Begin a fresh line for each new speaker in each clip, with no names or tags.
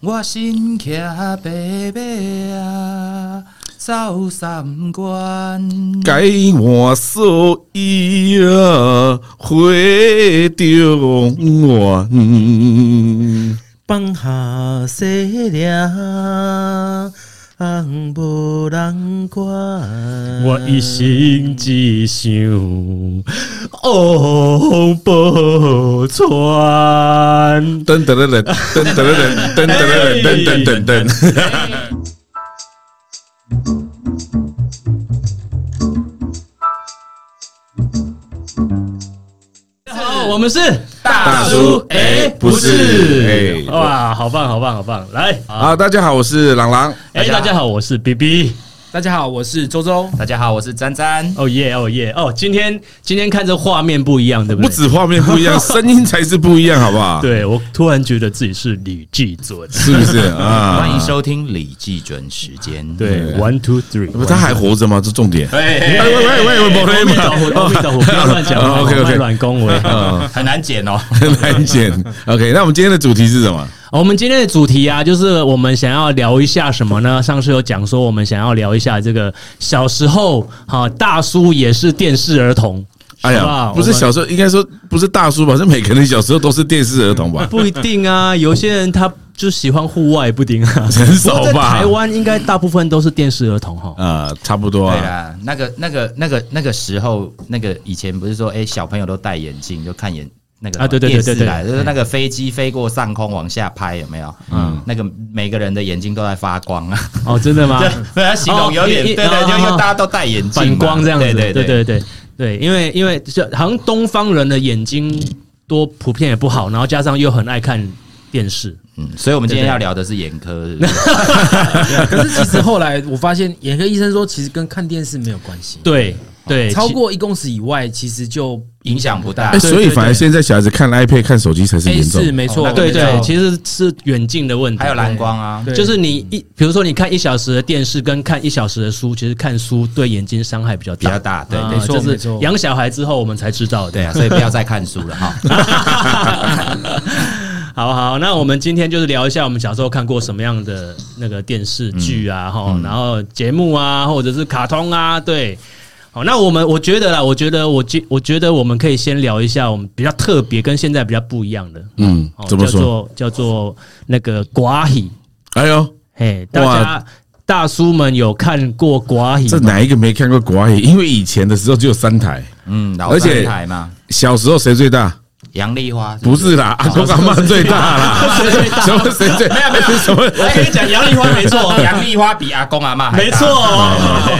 我身骑白马啊，走三关。
改我所衣啊，回着我。
放下西凉，无人管。
我一心只想王宝钏。
噔噔噔噔噔噔噔噔噔噔噔噔噔。
大家好，我们是
大叔哎不是哎
哇，好棒，好棒，好棒！来，好，
好，大家好，我是朗朗。
哎，大家好，我是 B B。
大家好，我是周周。
大家好，我是詹詹。
哦耶，哦耶，哦，今天今天看这画面不一样，对不
不
对？
止画面不一样，声音才是不一样，好不好？，
对我突然觉得自己是李济尊。
是不是啊？
欢迎收听《李记准时间》。
对，one two three，
不他还活着吗？这重点。
对，
喂 喂喂喂，我
阿弥陀佛，阿弥陀佛，不要乱讲话，
OK
我怕
OK，
乱恭维。
嗯，
很难剪哦。
很难剪。OK，那我们今天的主题是什么？
好我们今天的主题啊，就是我们想要聊一下什么呢？上次有讲说，我们想要聊一下这个小时候，哈、大叔也是电视儿童，
哎
好吧
呀，不是小时候，应该说不是大叔吧？是每个人小时候都是电视儿童吧？
不一定啊，有些人他就喜欢户外，不一定啊，
很少吧
不过在台湾应该大部分都是电视儿童哈。
啊，差不多
对
啊。
啦，那个、那个、那个、那个时候，那个以前不是说，哎、小朋友都戴眼镜，就看眼那个
啊对对对
电视
对对
来就是那个飞机飞过上空往下拍，有没有？嗯，那个每个人的眼睛都在发光啊。
哦，真的吗？
对，本来形容有点
哦一
对对，
哦
就因为
哦
大家都戴眼镜嘛，
反光这样子，
对
对
对
对对对，因为因为就好像东方人的眼睛多普遍也不好，然后加上又很爱看电视，
嗯，所以我们今天
对对
要聊的是眼科，是不是
可是其实后来我发现，眼科医生说，其实跟看电视没有关系，
对对，
哦
超
其
过一公尺以外，其实就
影响不大
哎，。
对
所以
对
反而
对
现在小孩子看 iPad、看手机才是
哎
严重
是。没
哦
错
那，个
对
没
对，
错
其实是远近的问题，
还有蓝光啊，
对
就是你一，比如说你看一小时的电视跟看一小时的书，其实看书对眼睛伤害比较大，
比较大，对
啊
对
没错
就
没
是
错
养小孩之后我们才知道的。
对啊，所以不要再看书了哈。
好好，那我们今天就是聊一下我们小时候看过什么样的那个电视剧啊，
嗯
哈、然后节目啊，或者是卡通啊，对。好，那我们我觉得啦，我觉得我觉我觉得我们可以先聊一下我们比较特别跟现在比较不一样的，
嗯
哦，
怎么
叫
说？
做叫做那个寡喜，
哎呦，
嘿，大家大叔们有看过寡喜
这
吗？
哪一个没看过国语？因为以前的时候只有三台，
嗯，老
而且
三台嘛，
小时候谁最大？
杨丽花
不是啦，阿公阿妈最大啦。什么谁最？没有没有什么？
我
哎
跟你哎讲，杨丽花没错，杨丽花比阿公阿妈还大
没错，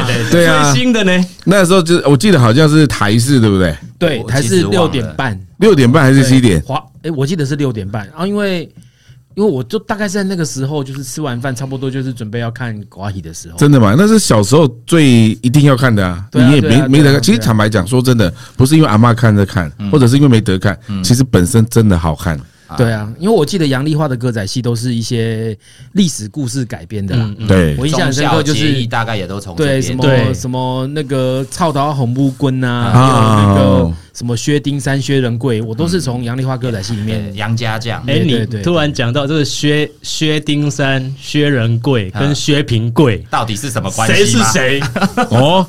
对对对，
对啊
最，新的呢？
那时候就是我记得好像是台视对不对？
对，
我
还
其
是
实忘了
六点半，
六点半还是
对
七点？
华，哎，我记得是六点半，然后因为因为我就大概是在那个时候，就是吃完饭差不多就是准备要看瓜喜的时候，
真的吗？那是小时候最一定要看的啊，
对啊
你也
对啊
没
对啊
没得
对
看。
啊
其实坦白讲，说真的，不是因为阿嬷看着看，或者是因为没得看，其实本身真的好看。
对啊，因为我记得杨丽花的歌仔戏都是一些历史故事改编的
嗯
啦，
对，
我印象很深
忠孝
刻就
节
是
义大概也都从这
对，
边
什
对
么什么那个操刀红木棍啊，
啊
还有那个什么薛丁山、薛仁贵，我都是从杨丽花歌仔戏
对
里面。
杨家将，
哎、
对对
你
对
突然讲到这个薛薛丁山、薛仁贵跟薛平贵，
到底是什么关系？
谁是？谁？
哦，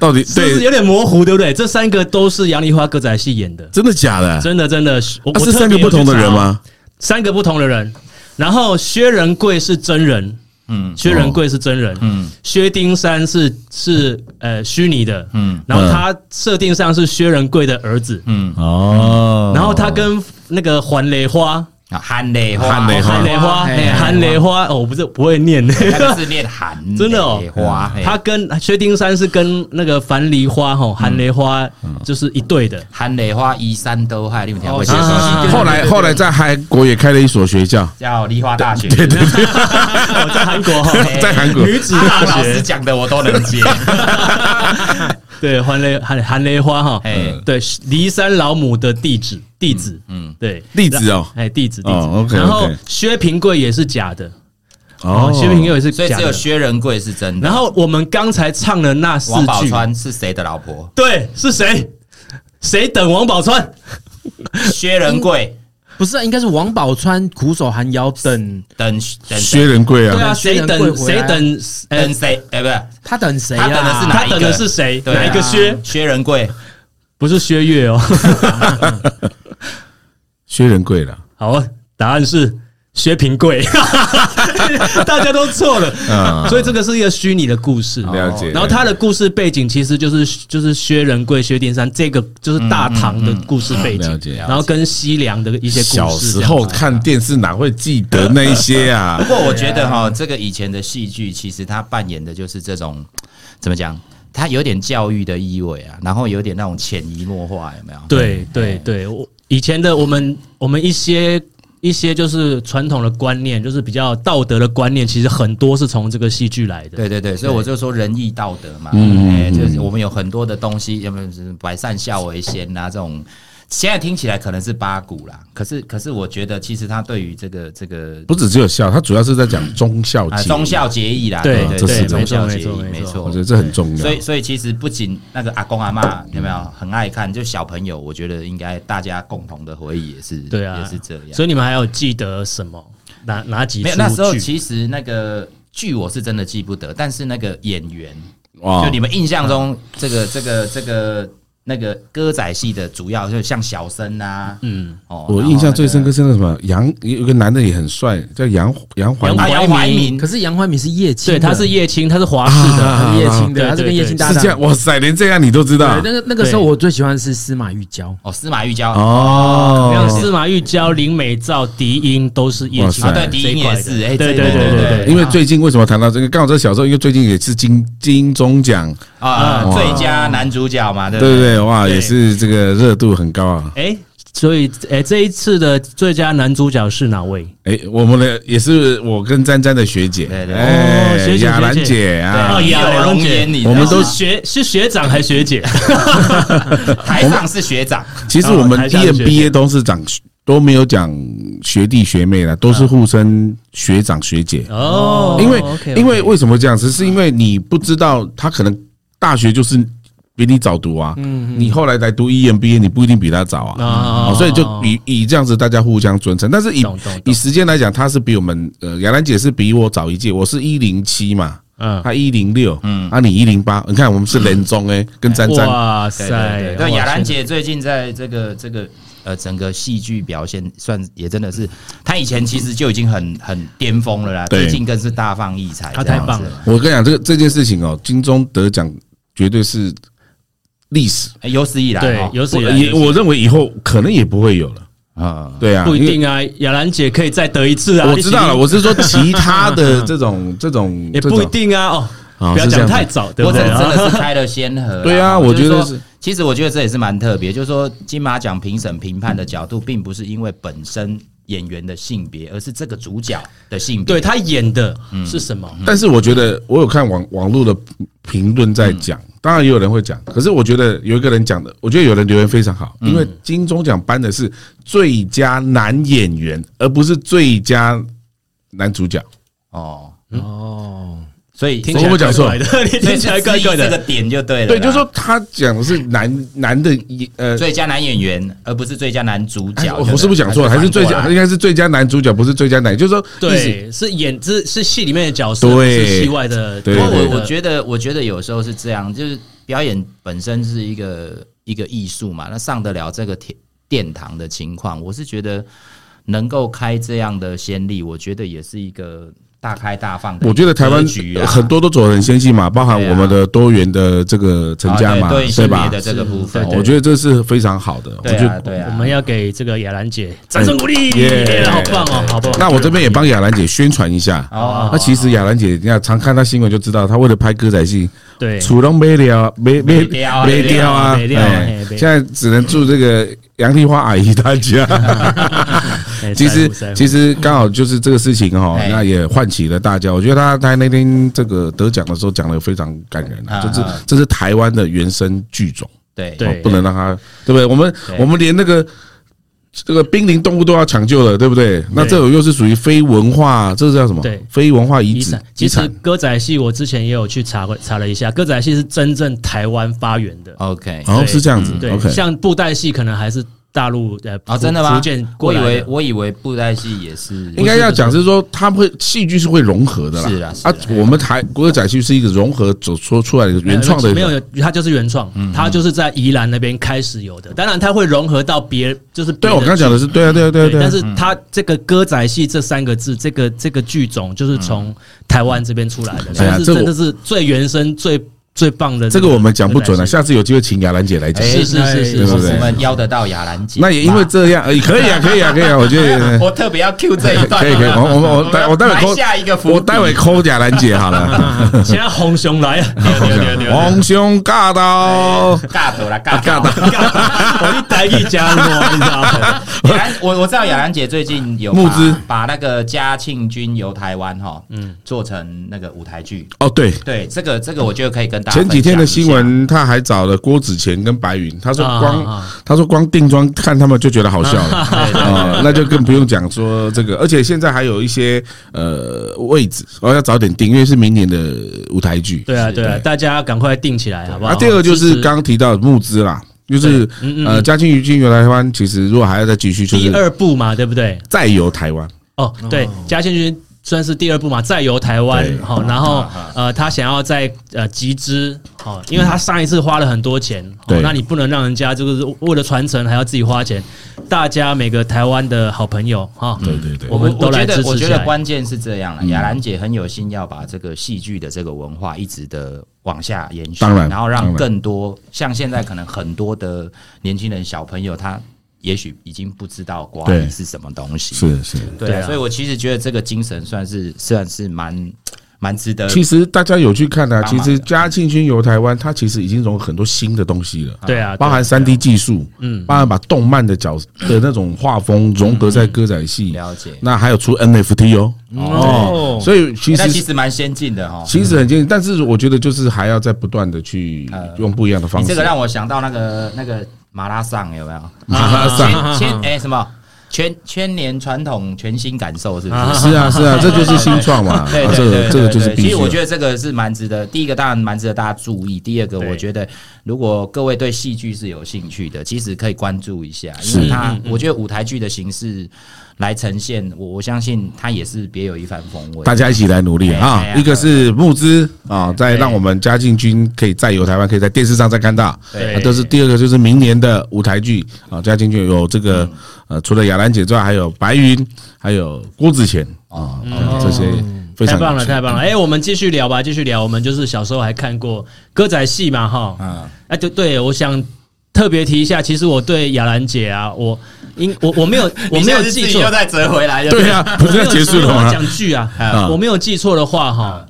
到底
是不是
对，
有点模糊，对不对？这三个都是杨丽花歌仔戏演的，
真的假的？
真的真的，我、
啊
我
是
特
三
别
个
有
不同的
去查
人
哦？
吗？
三个不同的人，然后薛仁贵是真人，
嗯
薛仁贵是真人，
嗯
薛丁山是是呃虚拟的，
嗯
然后他设定上是薛仁贵的儿子，
嗯，
哦
然后他跟那个环雷花。
啊韩磊花，哦
韩磊花
韩
韩
雷
磊
花，
哎
哎，韩雷花，哦，我不是不会念，
那个是练韩，
真的哦
花，嘿
他跟薛丁山是跟那个樊梨花
嗯
吼韩雷花就是一对 的，
韩磊花移山都害，你们听过
哦
这首
是是
啊
歌？
后来后来在韩国也开了一所学校，
叫梨花大学，
我在韩国吼，
哎
在韩国
女子
阿
大
郎老师
学，
讲的我都能 接，
对韩雷韩韩雷花哈
哎，
对骊山老母的弟子弟子，嗯
嗯，
对
弟子哦
哎弟子弟
哦，OK，OK
子，然后薛平贵也是假的，
哦
哦，薛平贵也是
所以
假
只有
的，
薛仁贵是真的。
然后我们刚才唱的那四
王宝
句，
钏是谁的老婆？
对，是谁？谁等王宝钏？
薛仁贵
不是啊，应该是王宝钏苦守寒窑等
等等
薛
谁？
仁贵
对
啊，
啊，
等
谁
薛仁贵
等
回来
谁
啊
等哎
等谁？哎，不是
他等谁
他等的是
啊？
他
哪一个
等的是谁？
对啊
哪一个薛？
薛仁贵，
不是薛岳哦。
薛仁贵啦。
好啊，答案是薛平贵， 大家都错了，所以这个是一个虚拟的故事。
了解。
哦然后他的故事背景其实就是就是薛仁贵、薛丁山这个就是大唐的故事
嗯嗯
背
嗯了
景，
解
然后跟西凉的一些故
小
事。
时候看电视哪会记得那一些 啊
不？过我觉得哈，这个以前的戏剧其实他扮演的就是这种怎么讲？他有点教育的意味啊，然后有点那种潜移默化，有没有？
对对对，我以前的我们我们一些一些就是传统的观念，就是比较道德的观念，其实很多是从这个戏剧来的。
对对对，所以我就说仁义道德嘛，
嗯
哎，就是我们有很多的东西，要么是百善孝为先呐、这种。现在听起来可能是八股啦，可是可是我觉得其实他对于这个这个
不止只有孝，他主要是在讲忠孝
啊
节。
忠，孝节义啦，
对
对
这是
对，
真
忠孝
没
节
错
义，
没错
没
没错
我
错
觉。得这很重要。
所以所以其实不仅那个阿公阿妈有没
嗯
有很爱看，就小朋友，我觉得应该大家共同的回忆也是
对啊
也是这样。
所以你们还有记得什么？哪哪几
没有
出
那时候
剧
其实那个剧我是真的记不得，但是那个演员
哇
哦
就你们印象中这个这个这个那个歌仔戏的主要，就像小生啊，
嗯，
哦，
我
然后
印象最深
那
刻
啊
是那个什么杨，有一个男的也很帅，叫杨杨怀
杨
个啊
民，
杨怀民
可，是杨怀民是叶青
对，
的，
他是叶青，他是华氏的，
他是叶青
对
的，他是
对
跟叶
对
青搭
是
档
这。样。哇塞，连这样你都知道
对，那个那个时候我最喜欢的是司马玉娇，
哦，司马玉娇，
哦
像司马玉娇、林美照、狄英都是叶青
哇
啊，
的
对，
塞
这
狄
一
英也
块的
是，哎，这
对对
一
对
块
对对
的
因为最近为什么谈到这个？刚好在小时候，因为最近也是金金钟奖，
嗯
啊，
哇
最佳男主角嘛，对
对
不
不
对？
对？哇，
对
也是这个热度很高啊。
哎，所以哎，这一次的最佳男主角是哪位？
哎，我们的也是我跟詹詹的学姐，
对对
哎
哦学姐
雅兰
学姐
姐啊
哦，
义
雅
有
兰
容
姐
颜，你知
我们
道
都
吗
是学是学长还是学姐？
台上是学长，
其实我们
台
E
下的
M
学姐
B A 都是长都没有讲学弟学妹啦，都是互称学长学姐。
嗯哦
因为
OK，OK 嗯
因为为什么这样子？是因为你不知道他可能大学就是比你早读啊，
嗯
你后来来读 E M B A，你不一定比他早啊。
啊
哦，所以就以以这样子大家互相尊称，但是以
懂懂懂
以时间来讲，他是比我们呃雅兰姐是比我早一届，我是一零七嘛，
嗯
他一零六，嗯，啊你一零八，你看我们 是人中哎，跟詹詹
哇
对对
塞，
对，对
哇
雅兰，姐最近在这个这个呃整个戏剧表现算也真的是，她以前其实就已经很很巅峰了啦，
对
最近更是大放异彩，
她
这样
太棒
子
了。
我跟你讲，这个这件事情哦，金钟得奖绝对是历史，
哎有史以来
对
哦，
有史以
我
来
也
就是
我认为以后可能也不会有了。
啊，
对啊，
不一定啊，雅兰姐可以再得一次
因
啊，
为。我知道了，
一起
我是说其他 的这种这种
也
这
不一
种，
定啊，哦，
啊
不要
是这
讲
样
太
子
早，对
我
不
真
对？
的真的是开了先河啦。
对啊我觉得
就是说其实我觉得这也是蛮特别，就是说金马奖评审评判的角度，并不是因为本身演员的性别，而是这个主角的性别。
对他演的是什么？
嗯但是我觉得我有看网网络的评论在讲，
嗯
当然也有人会讲，可是我觉得有一个人讲的，我觉得有人留言非常
嗯
好，因为金钟奖颁的是最佳男演员，而不是最佳男主角。
哦，
哦，
所以
听起来
我讲错
怪怪 的，你
所以
听起来
就
怪
是
怪
这个
的。
点就对了啦。啊
对，就是说他讲的是男男的演呃
最佳男演员，而不是最佳男主
哎
角。
我我是不是讲错了？
啊
还是最佳，应该是最佳男主角，不是最佳男，就是说，意思，
对，是演是是戏里面的角色，
对
不是戏外的。
对
不过
对
我我觉得，我觉得有时候是这样，就是表演本身是一个一个艺术嘛，那上得了这个殿殿堂的情况，我是觉得能够开这样的先例，我觉得也是一个大开大放的。
我觉得台湾呃
局啊，
很多都走得很先进嘛，包含
对啊
我们的多元的这个成家嘛，
啊对
对
性别
吧
的？这个部分，
我觉得这是非常好的，我
对
觉
啊
得。
对啊，
我们要给这个雅兰姐掌声鼓励，
耶
好棒哦，好棒！
那我这边也帮雅兰姐宣传一下。
哦
那其实雅兰姐，你看常看她新闻就知道，她为了拍歌仔戏，
对
楚龙没了，没
没
没
料啊
没掉啊，
没料啊
哎
嘿没料
现在只能住这个杨丽花阿姨她 家。
哎
其
在乎在
实
乎
其实刚好就是这个事情哈、
哎
那也唤起了大家。我觉得他他那天这个得奖的时候讲的非常感人、啊，
啊
就是
啊
这是台湾的原生剧种，
对
对
哦不能让它对不对？我们
对
我们连那个。这个濒临动物都要抢救了，对不对？那这种又是属于非文化，这是叫什么？
对
非文化遗
遗
址
产，
遗
其实
产。
歌仔戏我之前也有去查过查了一下，歌仔戏是真正台湾发源的。
，OK，
哦，
对嗯
是这样子。
对，
OK，
像布袋戏可能还是大陆呃
啊，真的吗
福建？过
我以
来的呃
为我以为布袋戏也是，
应该要讲是说，他们会戏剧是会融合的啦。
是啦是啦
啊，我们台国仔戏是一个融合走说出来的原创的，嗯
没有，没有它就是原创，它就是在宜兰那边开始有的。当然，它会融合到别，就是别
对我
的
刚刚讲的是对啊，对啊，对啊，
对，
对啊
但。是它这个歌仔戏这三个字，这个这个剧种就是从台湾这边出来的，
哎呀
但是
这
真
我
的是最原生、最最棒的。
这个我们讲不准啊了，
歌仔戏
下次有机会请雅兰姐来讲。
哎
是是是是
对
我
不对
我们邀得到雅兰姐，
那也因为这样而已，可以啊，可以啊，可以啊，我 觉得。
我特别要 Q 这一段，
可以可以，我我我我待我待会
埋
抠
下一个伏笔，
我待会抠雅兰姐好 了。
现在红熊来 了，
王兄尬刀，
尬头啦，尬
啊尬
头。
刀，
我就逮一家我，你知道吗？
雅兰，我我知道雅兰姐最近有
募资
把把那个嘉庆君游台湾哈，嗯，做成那个舞台剧。
哦对。
对，这个这个我觉得可以跟大家
前几天的
分享一
新
下，
闻，他还找了郭子乾跟白云，他说
啊啊
光他说光定妆看他们就觉得好笑了 啊，那就更不用讲说这个，而且现在还有一些呃位置，哦要早点订，因为是明年的舞台剧。
对啊，对啊，大家赶快定起来，好不好？
啊，第二个就
支
是
持
刚刚提到的募资啦，就是呃嘉庆余金游台湾，其实如果还要再继续，就
嗯第
是
二部嘛，对不对？
再游台湾。
哦，对，嘉庆君算是第二部嘛，再游台湾
对，啊
好，然后呃，他想要再呃集资，好，因为他上一次花了很多钱，哦
嗯对
那你不能让人家就是为了传承还要自己花钱，大家每个台湾的好朋友哈，
嗯对对对
我
我
们都
我
来
觉
支
得，我
持
觉
起
得
来。
关键是这
嗯
样了。雅兰姐很有心要把这个戏剧的这个文化一直的往下延续，
当然
然后
当
让
然
更多像现在可能很多的年轻人小朋友，他也许已经不知道瓜
对
艺是什么东西，
是是，
对
对
啊
啊
所以我其实觉得这个精神算是算是蛮蛮值得。
其实大家有去看啊，
帮呃
其
忙的
实嘉庆君游台湾，它其实已经融合很多新的东西了。
对啊，
包含三 D 技术，嗯，包含把动漫的角的那种画风融合在歌仔戏，
嗯了解
那还有出 NFT 哦，
哦，
所以其
那其
实
实蛮先进的哈。
其实很接近，但是我觉得就是还要再不断的去用不一样的
呃
方
你
式。
这个 让我想到那个那个马拉上有没有？
马拉上
千千哎什么？千千年传统，全新感受是不是？
是啊是啊，这就是新创 嘛，
对
啊
对
这
对对，
个这个就是
对
必
其
须
实
的。
我觉得这个是蛮值得。第一个当然蛮值得大家注意，第二个我觉得如果各位对戏剧是有兴趣的，其实可以关注一下，因为它我觉得舞台剧的形式来呈现，我我相信它也是别有一番风味。
大家一起来努力
哎
啊
哎！呀
一个是募资啊，
哎
再
对
让我们嘉靖君可以再有台湾，可以在电视上再看到。
对
啊这是第二个，就是明年的舞台剧啊，嘉靖君有这
嗯
个呃，除了雅兰姐之外，还有白云，还有郭子乾
哦
啊，对这些非
嗯哦太
常
棒了，
有趣嗯
太棒了！哎、我们继续聊吧，继续聊。我们就是小时候还看过歌仔戏嘛，哈，
嗯
啊，哎，对对，我想特别提一下，其实我对雅兰姐啊，我应我我没 有我没有记错，
再折回来
对 啊，不是要结束了
我没有
吗？
讲剧啊
啊，
我没有记错的话哈，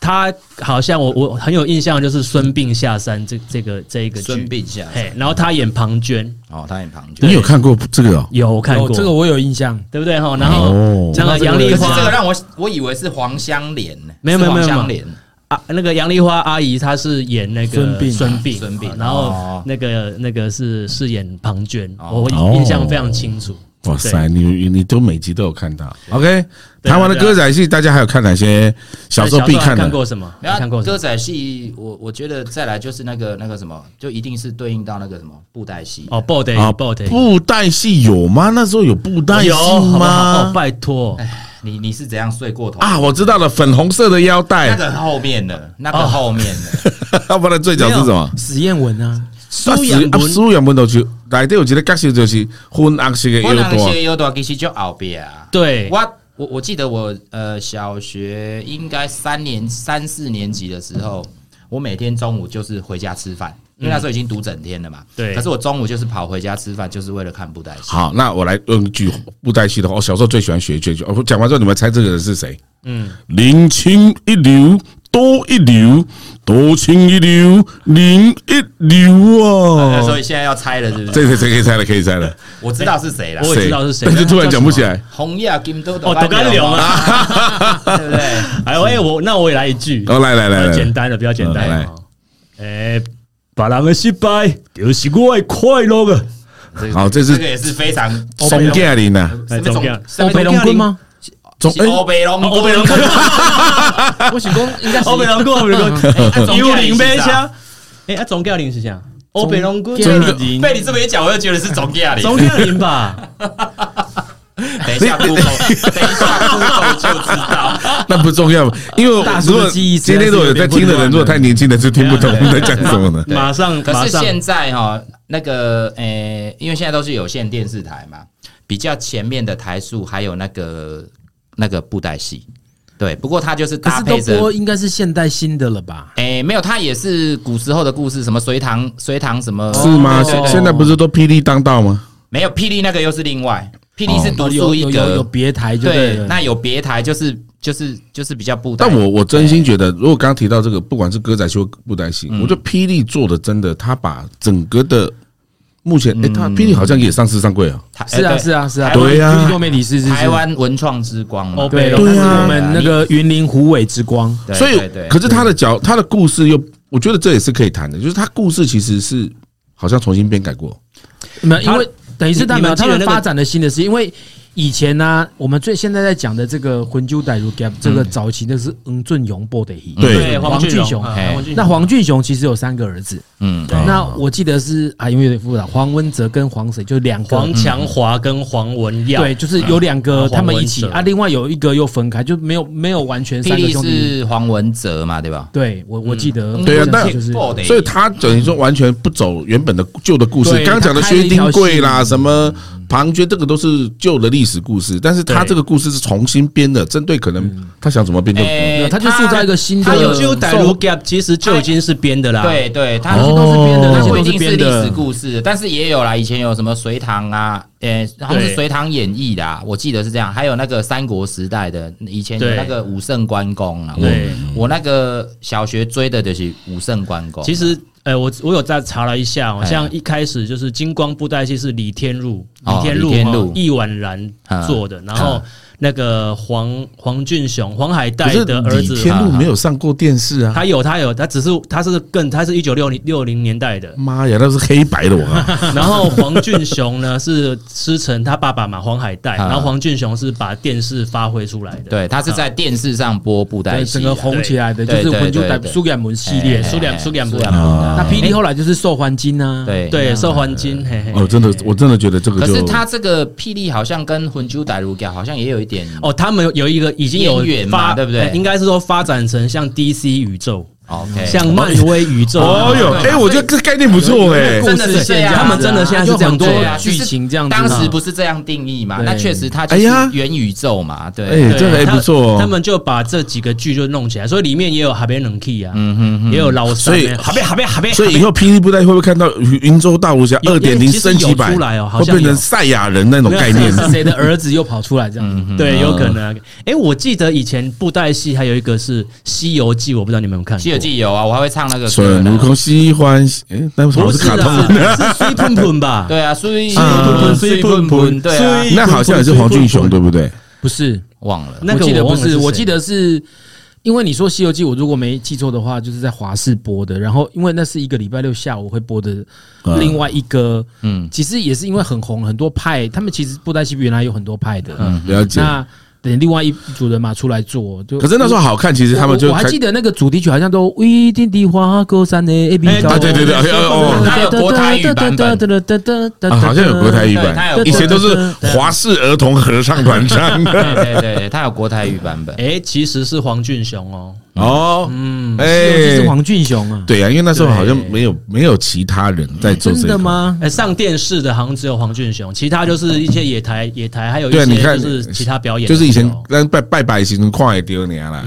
他好像我我很有印象，就是孙膑下山这这个这一个
孙
剧，
膑下山
嘿，然后他演庞涓，
哦，他很旁观。
你有看过这个哦？
有我看
哦
过、
这个我有印象，
对不对哈？然后
哦
那个呃杨
可
丽
是
花
这个让我我以为是黄香莲呢，
没有没有没有
是黄香莲
啊，那个杨丽花阿姨，她是演那个
孙膑
孙膑，
孙膑
啊然后
哦
那个那个是饰演庞涓，
哦
我印象非常清楚。
哇塞，你你都每集都有看到。OK，
对啊
台湾的
对啊
歌仔戏，大家还有看哪些小时候必看
看
的？
过什么？
没有啊
看过什
歌
么？
仔戏，我我觉得再来就是那个那个什么，就一定是对应到那个什么布袋戏
哦，布袋
啊，
布袋
布袋戏有吗？那时候有布袋戏
有好不好？哦
吗？
拜托，
你你是怎样睡过头
啊，我知道了，粉红色的腰
那
带，
个后面的，那
哦
个后面的，
要 不然最早是什么？
史艳文啊，
苏
啊
养
啊
文
苏阳文都去，内底有一个角色就是昏暗色的
我
腰
啊
那些
带，
有多其实就后边啊。
对，
我我我记得我呃小学应该三年三四年级的时候，我每天中午就是回家吃饭，因为那时候已经读整天了嘛。
嗯对
可是我中午就是跑回家吃饭，就是为了看布袋戏。
好，那我来用一句布袋戏的话，我小时候最喜欢学一哦句。我讲完之后，你们猜这个人是谁？嗯，林清一流，多一流，多清一流，林一流
哦
呃
啊！
所以现在要猜了，是不是？
这这这可以猜了，可以猜了。
我知道是谁了。
哎我也知道是谁啊
但是突然讲不起来。
红叶金都
哦，都干流，啊！
对不对？
哎呦，哎，我那我也来一句，
哦，来来
比
来
较简
来，
单的，比较简单
来
的。哦哎，别人的失败就是我的快乐啊！
这个
好这是
这个也是非 常
松盖林呐，
哎，怎么样？
什么
哦北龙棍？吗？
中
什么欧北龙
哦
棍，
欧北龙棍，
我想讲应该是哦
欧北龙棍，欧北龙棍。
哎，啊
幽灵飞车。哎，啊，总教练是啥？欧北龙哥，
中
被你这么一讲，我又觉得是总亚里。
总亚林吧？
等一下 Google，等一下 Google 就知道。
那不重要，因为
大叔
如
的
果
记忆实在
今天
是
如果
有
有
点
在
混
听的人，啊
乱
如果太年轻的就听不懂我们在讲什么呢？
马上，
可
马
是
上，
现在哈、那个诶、因为现在都是有线电视台嘛，比较前面的台数还有那个那个布袋戏，对，不过它就是
可
搭
是
配
都播
着。
应该是现代新的了吧？
诶，没有，它也是古时候的故事，什么隋唐隋唐什么
哦
是吗？
对对对
现在不是都霹雳当道吗？
没有霹雳那个又是另外，霹雳是独
哦
树
有
一
有有
格，
有别台就
对
了，
那有别台就是就是就是比较布袋，
但我我真心觉得，如果刚刚提到这个，不管是歌仔戏或布袋戏，我觉得霹雳做的真的，他把整个的目前，哎，他霹雳好像也上市上柜啊，
台呃
是啊
对
是啊是啊，哦
台湾
对啊
剧多媒体是是是
台湾文创之光嘛，
欧北
对，它
龙，
是
对啊
我们那个云林虎尾之光，
对
所以
对对
可是他的角，他的故事又，我觉得这也是可以谈的，就是他故事其实是好像重新编改过，
没有，因为等于是他
你
们
们记
他
得
们
那个
发展了新的事，因为以前呢、我们最现在在讲的这个《魂揪歹如 gap》这个早期那是恩俊勇播的戏，
对
对，
黄
俊
俊雄。
啊
嘿
黄俊雄
那黄俊雄其实有三个儿子，
嗯，
啊
那我记得是啊，因为有点复杂，黄文哲跟黄谁就两个
黄强华跟黄文耀，
对，就是有两
啊
个他们
黄文
一起
哲
啊，另外有一个又分开，就没有没有完全
霹
三个
雳
兄弟。
是嗯黄文哲嘛，对吧？
对我我记得，
对啊
我记
那
得嗯就是
所以他等于说完全不走原本的旧的故事。
对
刚刚讲的
他开了
薛
一条
丁贵啦，
线
什么庞涓，这个都是旧的历史故事，但是他
对
这个故事是重新编的，针对可能他想怎么编就。
诶
哎
没啊有他就塑造一个新的
欸他有
黄俊歹如 gap 其实就已经是编的啦，，
啊对对，他
那些都是编的，
它
那些
不一
都是
定
编
是历史
的。
故事，但是也有啦。以前有什么隋唐啊，诶、好像是《
对
隋唐演义》啦，我记得是这样。还有那个三国时代的，以前有
对
那个武圣关公啊。我
对
我那个小学追的就是武圣关公。
其实。呃，我我有再查了一下
哦
哦，
哎
像一开始就是金光布袋戏是李天禄、
哦
天
李天禄嗯
哦易婉然做的，然后那个黄黄俊雄、黄海
可
岱
是
的儿
李
子，
天禄没有上过电视啊！，
他有他有，他只是他是更他是一九六零六零年代的
妈呀，那是黑白的我 啊！
然后黄俊雄呢是师承他爸爸嘛黄海岱，
啊
然后黄俊雄是把电视发挥出来的，
对，他是在电视上播布袋
对，
戏
整
啊，
个红起来的就是
对对
《魂珠
对
歹
对
苏格兰门》系列
哎，
苏两
哎
苏两
苏
部
两嗯
啊
部啊
那霹雳后来就是受啊欢金呐，
对
对受黄金，嘿嘿，
哦，真的，我真的觉得这个
可
就是
他这个霹雳好像跟魂珠歹如家好像也有一点
哦，他们有一个已经有
渊源嘛
发，
对不对
哎应该是说发展成像 DC 宇宙、
OK，
像漫威宇宙。
哦哟，哎，我觉得这概念不错哎。
故
真的
事
是这
线
样子
这样
啊
子，
他们真的现在是
就
这样
很
做
多
的
对啊，
剧情这样子啊。
当时不是这样定义嘛？
对
那确实，它就是
哎呀
元宇宙嘛，对，
哎
对
这个还不错哦
他他们就把这几个剧就弄起来，所以里面也有海边冷 key 啊，
嗯哼哼，
也有老
所
三
以
啊，海边海边海边，
所以以后霹雳布袋会不会看到云云州大武侠
有
二点零
其实
升级版
有出来哦好
会
像有
变成赛亚人那种概念？
是谁的儿子又跑出来这样子？
对，有可能啊。哎，我记得以前布袋戏还有一个是《西游记》，我不知道你们有没有看过。
西游记》有啊，我还会唱那个歌
孙悟
呢。
空喜欢，哎，那好像
不
是
是
卡通
啦，
的。
是水喷喷吧？
对啊，水
啊
水喷喷，对啊，
那好像也是黄俊雄，对不对？
不是，
忘了。
那
我
个
记得不
忘了
是，
谁
我记得是因为你说《西游记》，我如果没记错的话，就是在华视播的。然后因为那是一个礼拜六下午会播的
嗯
另外一个，
嗯
其实也是因为很红，很多派，他们其实布袋戏原来有很多派的。嗯，
了解。
那等另外一组人马出来做，就
可是那时候好看，其实他们就
我我还
才
记得那个主题曲好像都一定的花果山的 A B
哎
高
啊，对对对，哎哦，
它有国台语版本
本
啊，好像有国台语
对它
版
有，
以前都是华视儿童合唱团唱的。
对对对，它有国台语版 本。
哎，其实是黄俊雄哦。
哦，嗯，
这是
哎，
黄俊雄啊，
对呀，因为那时候好像没有没有其他人在做
真
这
的
个。
吗？
哎，上电视的好像只有黄俊雄，其他就是一些野台、野台，还有一
对啊，你
些
看，
就是其他表演的
就
那种。
是以前嗯但拜拜拜行跨也丢年啦。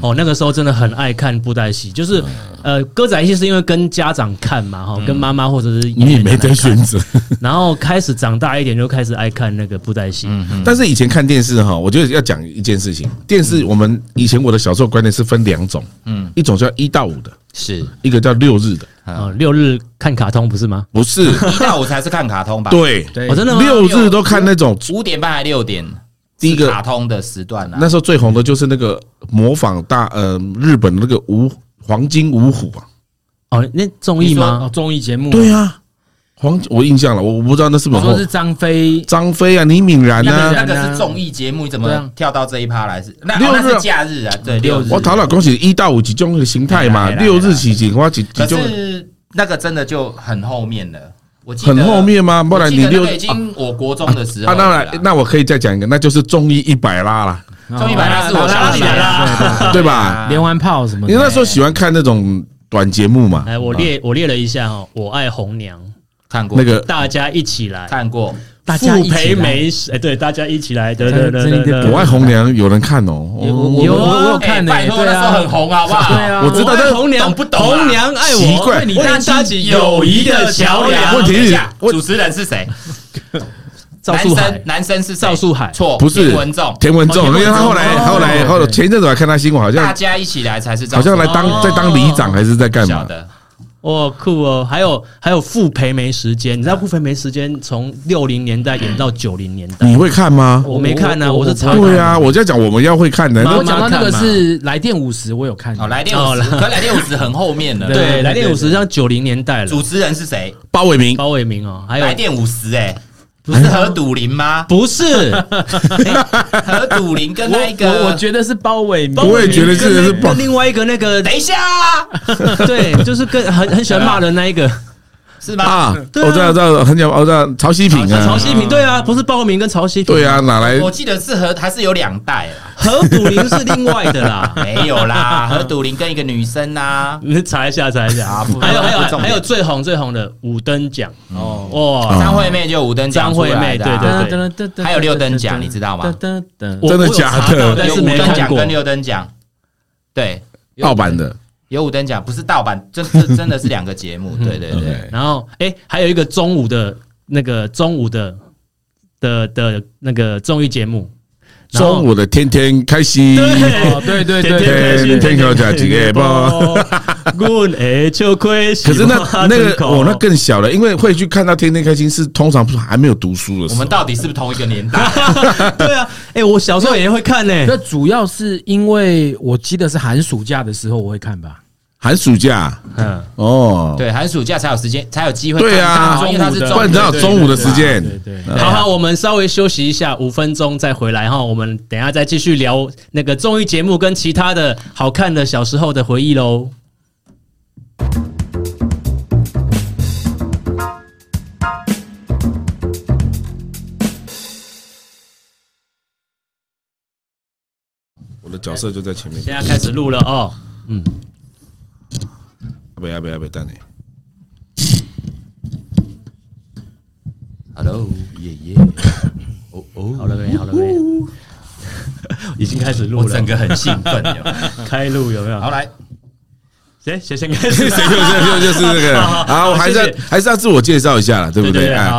哦，那个时候真的很爱看布袋戏，
嗯
就是呃歌仔戏是因为跟家长看嘛，哈，跟妈妈或者是爷爷
你也没
奶奶
得
看
选，择，
然后开始长大一点就开始爱看那个布袋戏，
但是以前看电视哈，我觉得要讲一件事情。电视我们以前我的小时候观念是分两种，嗯，一种叫一到五的，
是
一个叫六日的，
哦，六日看卡通不是吗？
不是
一到五才是看卡通吧？，
对，
对
哦，真的吗？
六日都看那种
五点半还六点，
第一个
是卡通的时段啊
那。时候最红的就是那个模仿大呃日本的那个五黄金五虎啊，
哦，那综艺
你说
吗
哦？，综艺节目
对啊，黄我印象了，我我不知道那是不
我
是
说
红
是张飞，
张飞啊、李敏然
那
啊
个，
那个是综艺节目，你怎
对
么
啊
跳到这一趴来？是那
六
哦
日啊
那是假日啊，对，六日。
我讨老恭喜一到五集中的形态嘛，
对啦对啦
六日起几花几几
可
中，
是那个真的就很后面了。我记得
很后，面吗？啊不
我
然
记
你
得那
六
个已经我国中的时候
啊，
了
当
啦
然，那我可以再讲一个，那就是中医一百拉啦，
终于把
啊
那是我想起来了，
对吧？
连环炮什么
你
的，
那时候喜欢看那种短节目嘛？啊
哎，我列我列了一下哈，我爱红娘，
看过
那个
大家一起来，
看过，
大家一
傅
起来
培梅是哎，对，大家一起来，对对对对
真的
对，
我爱红娘，有人看哦，
有
哦
我有我我有
哎
看呢
拜托
对
那
啊
时候很红，好不好？
对啊
我知道
我爱
但
红娘
懂不懂啊
红娘爱我，
奇怪
为你
问
搭
题是
起友谊的桥梁。
问题是
等一下
问
主持人是谁？
赵
男
树海
生，，男生是谁
赵树海
错，
不是
田文仲，
田文仲，
哦
因为他后来
哦
后来后来前一阵子我还看他新闻，好
大
像
家一起来才是赵
好
树海，
像来当在当里长还是在干
晓
嘛？
得
哦酷哦，还有还有傅培梅时间，你知道傅培梅时间从六零年代演到九零年代，
你会看吗？
我没看呢、
我
我是查
对啊，我在讲我们要会看的，
妈
我
那
讲到那个
妈妈看嘛
是来电五十，我有看，
哦，来电
哦
五十，
来
可来电五十很后面了。
对
对，来电五十像九零年代了，
主持人是谁？
包伟明，
包伟明哦，还有
来电五十，哎，不是何笃林吗？
不是，
何笃林跟
我
那一个，
我我觉得是包伟明，
我也觉得这个是
跟
包
跟另外一个 那个
等一下 啊，
对，就是跟很很喜欢骂人那一个
是
啊
吗？，
对啊
我知道我知道，很久我知道曹希平
曹
啊，
希平，对啊，不是包伟明跟曹希平，
对啊，，哪来
我记得是何，还是有两代 啦？，
何补林是另外的啦
没有啦，何笃林跟一个女生呐，
你查一下查一下
啊不，
还有还有
不重点
还有最红最红的五灯奖哦哇，
张惠妹就五等奖
张惠妹
出来的啊
对对对
对
还有六等奖你知道吗？
噔噔
我
真的
我有
假
查到
的
但
啊有
是
五
没
等
看
奖
过
跟六等奖，对，有
盗版的？
有五等奖，不是盗版，真真真的是两个节 目，
嗯
对对对，
然后哎、诶还有一个中午的那个中午的的的那个综艺节目，然后
中午的天天开心，
哦对对对
天天口吃几个包，
滚哎就亏。
可 是那那个哦，
我
那更小了，因为会去看到天天开心是通常不是还没有读书
我
的时候
们。到底是不是同一个年 代？
对啊，哎、我小时候也会看呢、
那主要是因为我记得是寒暑假的时候我会看吧，
寒暑假
嗯，
哦，
对，寒暑假才有时间，才有机会看到。
对啊
因为它是
不然
中午
你知道
的。
中午的时间
对对，
对啊
好好，我们稍微休息一下，五分钟再回来哈。我们等一下再继续聊那个综艺节目跟其他的好看的小时候的回忆喽。
我的角色就在前面。
现在开始录了哦。
不要不要不要，等你。
Hello，耶耶，哦
好
哦，
了没？好了没？已经开始录
我
了
整，个很兴奋有没有。
开录有没有？
好来，
谁谁先开
谁
始？
就就就是这个
好好好
啊！我还是要
谢谢
还是要自我介绍一下了，对不
对对
对？
对
哎
好